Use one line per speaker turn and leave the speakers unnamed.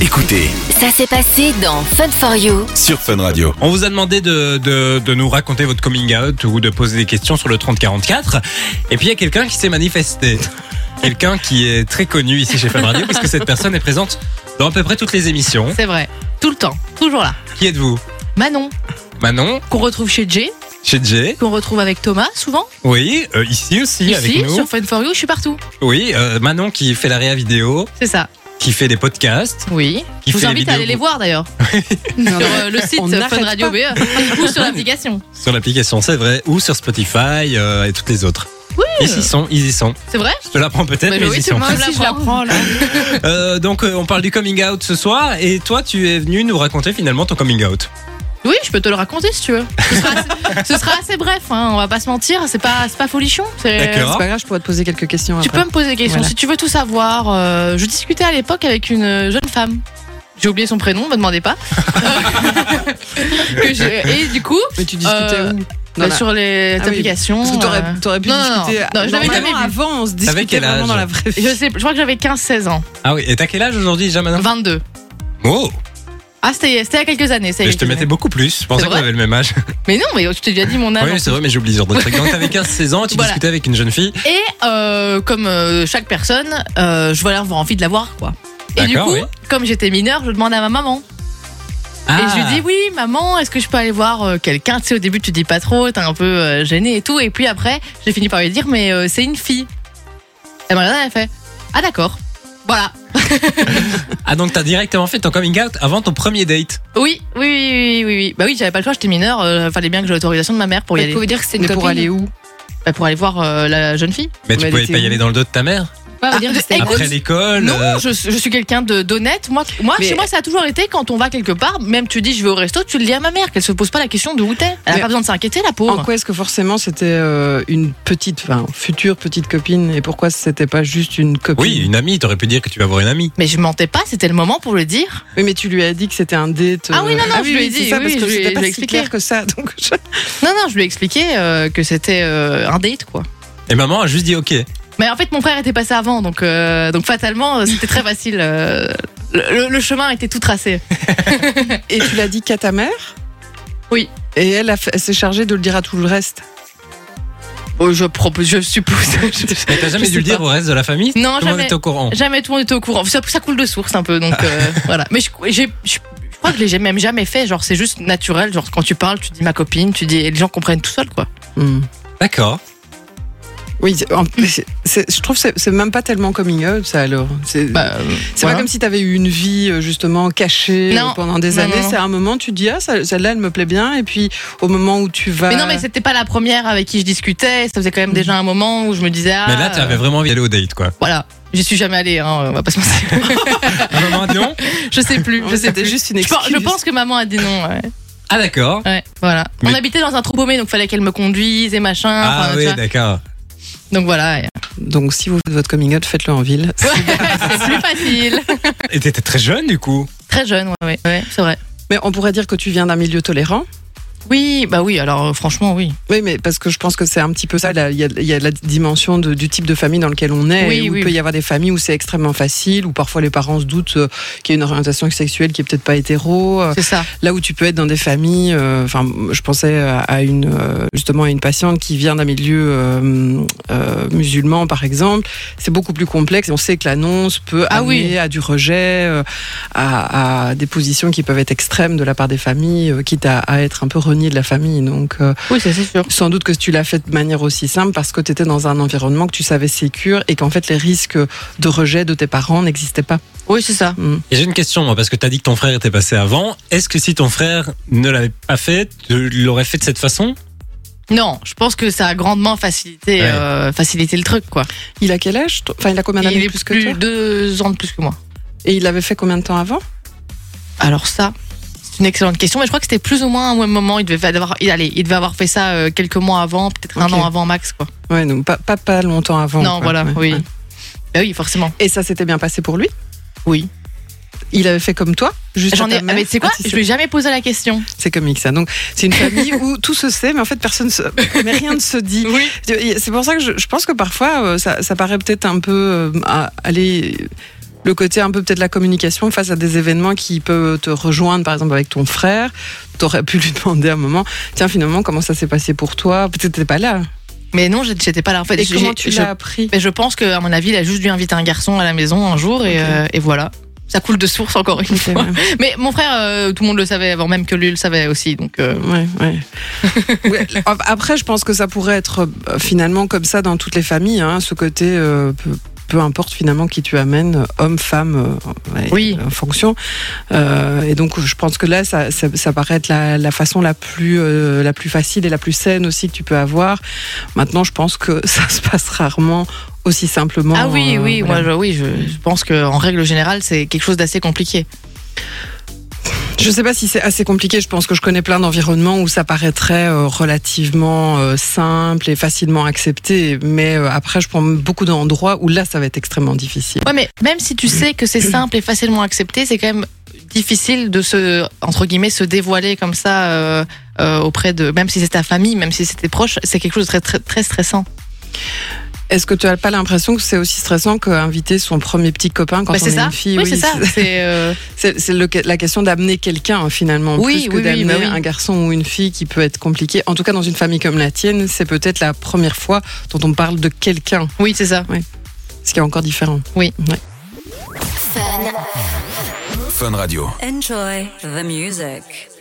écoutez
Ça s'est passé dans Fun for You.
sur Fun Radio.
On vous a demandé de, de- de nous raconter votre coming out ou de poser des questions sur le 3044. Et puis il y a quelqu'un qui s'est manifesté. Quelqu'un qui est très connu ici chez Fun Radio, puisque cette personne est présente dans à peu près toutes les émissions.
C'est vrai. Tout le temps. Toujours là.
Qui êtes-vous
Manon,
Manon,
qu'on retrouve chez Jay,
chez Jay.
qu'on retrouve avec Thomas souvent.
Oui, euh, ici aussi
Ici,
avec nous.
sur Fun for You, je suis partout.
Oui, euh, Manon qui fait la réa vidéo,
C'est ça.
qui fait des podcasts.
Oui.
Qui
je vous
fait les
invite
vidéos. Ah
à aller les voir d'ailleurs.
Non,
sur
mais
euh, le site
On
Fun
n'arrête
Radio BE ou sur l'application.
Sur l'application, c'est vrai, ou sur Spotify euh, et toutes les autres. Ils y sont, ils y sont.
C'est vrai
Je te l'apprends peut-être, mais,
Bah
ils
oui,
y
c'est
sont.
moi aussi, je l'apprends là.
Euh, donc euh, on parle du coming out ce soir et toi tu es venu nous raconter finalement ton coming out.
Oui, je peux te le raconter si tu veux. Ce sera assez, ce sera assez bref, hein, on va pas se mentir. C'est pas, c'est pas folichon. Euh, c'est-
D'accord.
C'est pas grave, je pourrais te poser quelques questions
Tu
après.
peux me poser des questions
Voilà.
si tu veux tout savoir. euh, je discutais à l'époque avec une euh, jeune femme. J'ai oublié son prénom, me demandez pas. Euh, Que j'ai- et du coup,
Mais tu discutais
Euh,
où
bah,
Dans la-
sur les
Ah oui.
applications.
Parce que
euh,
t'aurais, t'aurais pu
non, non, non.
discuter.
Non, je l'avais
Normalement,
jamais vu.
avant, on se
T'avais
discutait
quel
vraiment
âge
dans la vraie vie.
Je sais, je crois que j'avais 15-16 ans.
Ah oui, et t'as quel âge aujourd'hui déjà
Hein
maintenant
22.
Oh,
Ah, c'était c'était il y a quelques années. c'était il
mais
y a
je te
quelques
mettais
années.
beaucoup plus, je pensais
C'est
qu'on
vrai
avait le même âge.
Mais non, mais tu t'es déjà dit mon âge. en
oui c'est vrai mais j'oublie ce genre de trucs. Donc t'avais 15-16 ans, tu
Voilà.
discutais avec une jeune fille.
Et euh, comme euh, chaque personne, euh, je voulais avoir envie de la voir, quoi. Et du
D'accord,
coup,
oui.
comme j'étais mineure, je demande à ma maman. Et je
Ah.
lui dis oui, maman, est-ce que je peux aller voir euh, quelqu'un Tu sais, au début, tu dis pas trop, t'es un peu euh, gênée et tout. Et puis après, j'ai fini par lui dire, mais euh, c'est une fille. Elle m'a regardé, elle a fait, ah d'accord, voilà.
Ah donc t'as directement fait ton coming out avant ton premier date.
Oui, oui, oui, oui, oui, oui. Bah oui, j'avais pas le choix, j'étais mineure. euh, fallait bien que j'ai l'autorisation de ma mère pour y
Vous
aller.
Bah, pouvez dire que c'est une
copine.
pour aller où
Bah, pour aller voir euh, la jeune fille.
Mais
Mais
tu
elle
pouvais
était
pas y
où
aller dans le dos de ta mère
Ah, de- écoute,
après l'école.
Non,
euh,
je, je suis quelqu'un de d'honnête. Moi, moi
Mais-
chez moi, ça a toujours été quand on va quelque part, même tu dis je vais au resto, tu le dis à ma mère, qu'elle se pose pas la question de où t'es. Elle a
Mais-
pas besoin de s'inquiéter, la
En
pauvre.
quoi est-ce que forcément c'était euh, une petite, enfin future petite copine et pourquoi c'était pas juste une copine
Oui, une amie, t'aurais pu dire que tu vas voir une amie.
Mais je mentais pas, c'était le moment pour le dire.
Oui, mais tu lui as dit que c'était un date. euh,
Ah oui, non, non, je lui ai
oui, c'est
dit,
ça,
oui,
parce
je
que
lui ai-
c'était
je
pas
lui ai
si
expliqué.
clair que ça. Donc je-
Non, non, je lui ai expliqué euh, que c'était euh, un date, quoi.
Et maman a juste dit ok.
Mais en fait, mon frère était passé avant, donc, euh, donc fatalement, euh, c'était très facile. euh, le, le- le chemin était tout tracé.
Et tu l'as dit qu'à ta mère
Oui.
Et elle, a fait- elle s'est chargée de le dire à tout le reste.
Oh, je, propose, je suppose.
Mais t'as jamais
Je
dû le
sais
dire
pas.
au reste de la famille
Non,
Tout le monde
jamais.
est au courant.
Jamais tout le monde était au courant. Ça, ça coule de source un peu, donc euh, voilà. Mais je, j'ai- je- je crois que je l'ai même jamais fait. Genre, c'est juste naturel. Genre, quand tu parles, tu dis ma copine, tu dis. Et les gens comprennent tout seul, quoi.
Hmm.
D'accord.
Oui, c'est- en- c'est- je trouve que c'est- c'est même pas tellement coming out, ça alors. C'est
Bah, euh,
c'est
voilà.
pas comme si t'avais eu une vie euh, justement cachée
Non,
euh, pendant des
non,
années.
non.
C'est à un moment tu te dis ah ça- celle-là elle me plaît bien et puis au moment où tu vas.
Mais non, mais c'était pas la première avec qui je discutais. Ça faisait quand même déjà un moment où je me disais. Ah,
Mais là tu avais
euh,
vraiment envie d'aller au date quoi.
Voilà. J'y suis jamais allée, hein, on va pas se mentir.
Ah, maman a dit non
je sais plus, je sais
c'était
plus.
juste une
Je pense,
excuse.
je pense que maman a dit non. Ouais,
Ah d'accord.
Ouais, voilà. On
Mais-
habitait dans un trou paumé, donc fallait qu'elle me conduise et machin.
Ah
enfin, tu
oui
vois.
d'accord.
donc voilà, ouais.
Donc si vous faites votre coming out, faites-le en ville.
c'est plus facile.
Et t'étais très jeune du coup.
Très jeune, ouais, ouais, ouais c'est vrai.
Mais on pourrait dire que tu viens d'un milieu tolérant.
Oui, bah oui, alors euh, franchement, oui.
Oui, mais parce que je pense que c'est un petit peu ça. là, Il y a, il y a la dimension de- du type de famille dans lequel on est.
Oui,
et où
oui,
il peut
oui.
y avoir des familles où c'est extrêmement facile, où parfois les parents se doutent euh, qu'il y a une orientation sexuelle qui est peut-être pas hétéro. euh,
C'est ça.
Là où tu peux être dans des familles. euh, Enfin, je pensais à- à une euh, justement à une patiente qui vient d'un milieu euh, euh, musulman, par exemple. C'est beaucoup plus complexe. On sait que l'annonce peut
Ah oui.
amener à du rejet, euh, à, à des positions qui peuvent être extrêmes de la part des familles, euh, quitte à, à être un peu renié de la famille. Donc. euh,
Oui, ça, c'est sûr.
sans doute que tu l'as fait de manière aussi simple parce que tu étais dans un environnement que tu savais sécure et qu'en fait les risques de rejet de tes parents n'existaient pas. Hmm.
Oui, c'est ça.
Et j'ai une question moi parce que t'as dit que ton frère était passé avant. Est-ce que si ton frère ne l'avait pas fait, tu l'aurais fait de cette façon
Non, je pense que ça a grandement facilité,
Ouais.
euh, facilité le truc, quoi.
Il a quel âge toi Enfin, il a combien
il
d'années
est
plus
plus,
que toi
deux ans de plus que moi.
Et il avait fait combien de temps avant
Alors ça, c'est une excellente question, mais je crois que c'était plus ou moins au même moment. Il devait avoir, il, allez, il devait avoir fait ça euh, quelques mois avant, peut-être un
Ok.
an avant max, quoi.
Ouais, donc pas, pas, pas longtemps avant.
non,
quoi.
voilà,
Ouais,
oui.
ouais.
Bah oui, forcément.
Et ça s'était bien passé pour lui
Oui.
Il avait fait comme toi Juste
J'en
à ta
ai,
mère
mais tu sais quoi
Ah, si,
Je
c'est-
lui ai jamais posé la question.
C'est comique ça. Donc c'est une famille où tout se sait, mais en fait personne, se... mais rien ne se dit.
Oui.
C'est pour ça que je, je pense que parfois euh, ça, ça paraît peut-être un peu euh, à- aller le côté un peu peut-être la communication face à des événements qui peuvent te rejoindre, par exemple avec ton frère. T'aurais pu lui demander à un moment, tiens finalement comment ça s'est passé pour toi Peut-être t'étais pas là.
Mais non, j'étais j'étais pas là. En fait,
Et
Bah, j'ai-
comment tu
je,
l'as appris
mais je pense que, à mon avis, il a juste dû inviter un garçon à la maison un jour et,
Ok.
euh, et voilà. Ça coule de source encore une
Ok,
fois. Mais mon frère, euh, tout le monde le savait avant même que lui le savait aussi. Donc, euh,
Ouais, ouais. Ouais, ap- Après, je pense que ça pourrait être euh, finalement comme ça dans toutes les familles, hein, ce côté. euh, peu, peu importe finalement qui tu amènes, euh, homme, femme, euh, ouais,
Oui.
en fonction. Euh, et donc, je pense que là, ça, ça, ça paraît être la, la façon la plus, euh, la plus facile et la plus saine aussi que tu peux avoir. Maintenant, je pense que ça se passe rarement aussi simplement.
ah oui,
euh,
oui,
voilà.
moi, je, oui, je, je pense que en règle générale, c'est quelque chose d'assez compliqué.
Je sais pas si c'est assez compliqué. Je pense que je connais plein d'environnements où ça paraîtrait euh, relativement euh, simple et facilement accepté. Mais euh, après, je prends beaucoup d'endroits où là, ça va être extrêmement difficile.
Ouais, mais même si tu sais que c'est simple et facilement accepté, c'est quand même difficile de se entre guillemets se dévoiler comme ça euh, euh, auprès de même si c'est ta famille, même si c'est tes proches, c'est quelque chose de très très, très stressant.
Est-ce que tu as pas l'impression que c'est aussi stressant qu'inviter son premier petit copain quand
Bah,
on
c'est
est
ça.
une fille
oui, c'est ça. C'est euh,
C'est c'est le- la question d'amener quelqu'un finalement,
Oui,
plus que
oui, oui,
d'amener
bah oui.
un garçon ou une fille qui peut être compliqué. En tout cas, dans une famille comme la tienne, c'est peut-être la première fois dont on parle de quelqu'un,
oui, c'est ça.
ce qui est encore différent.
Enjoy the music.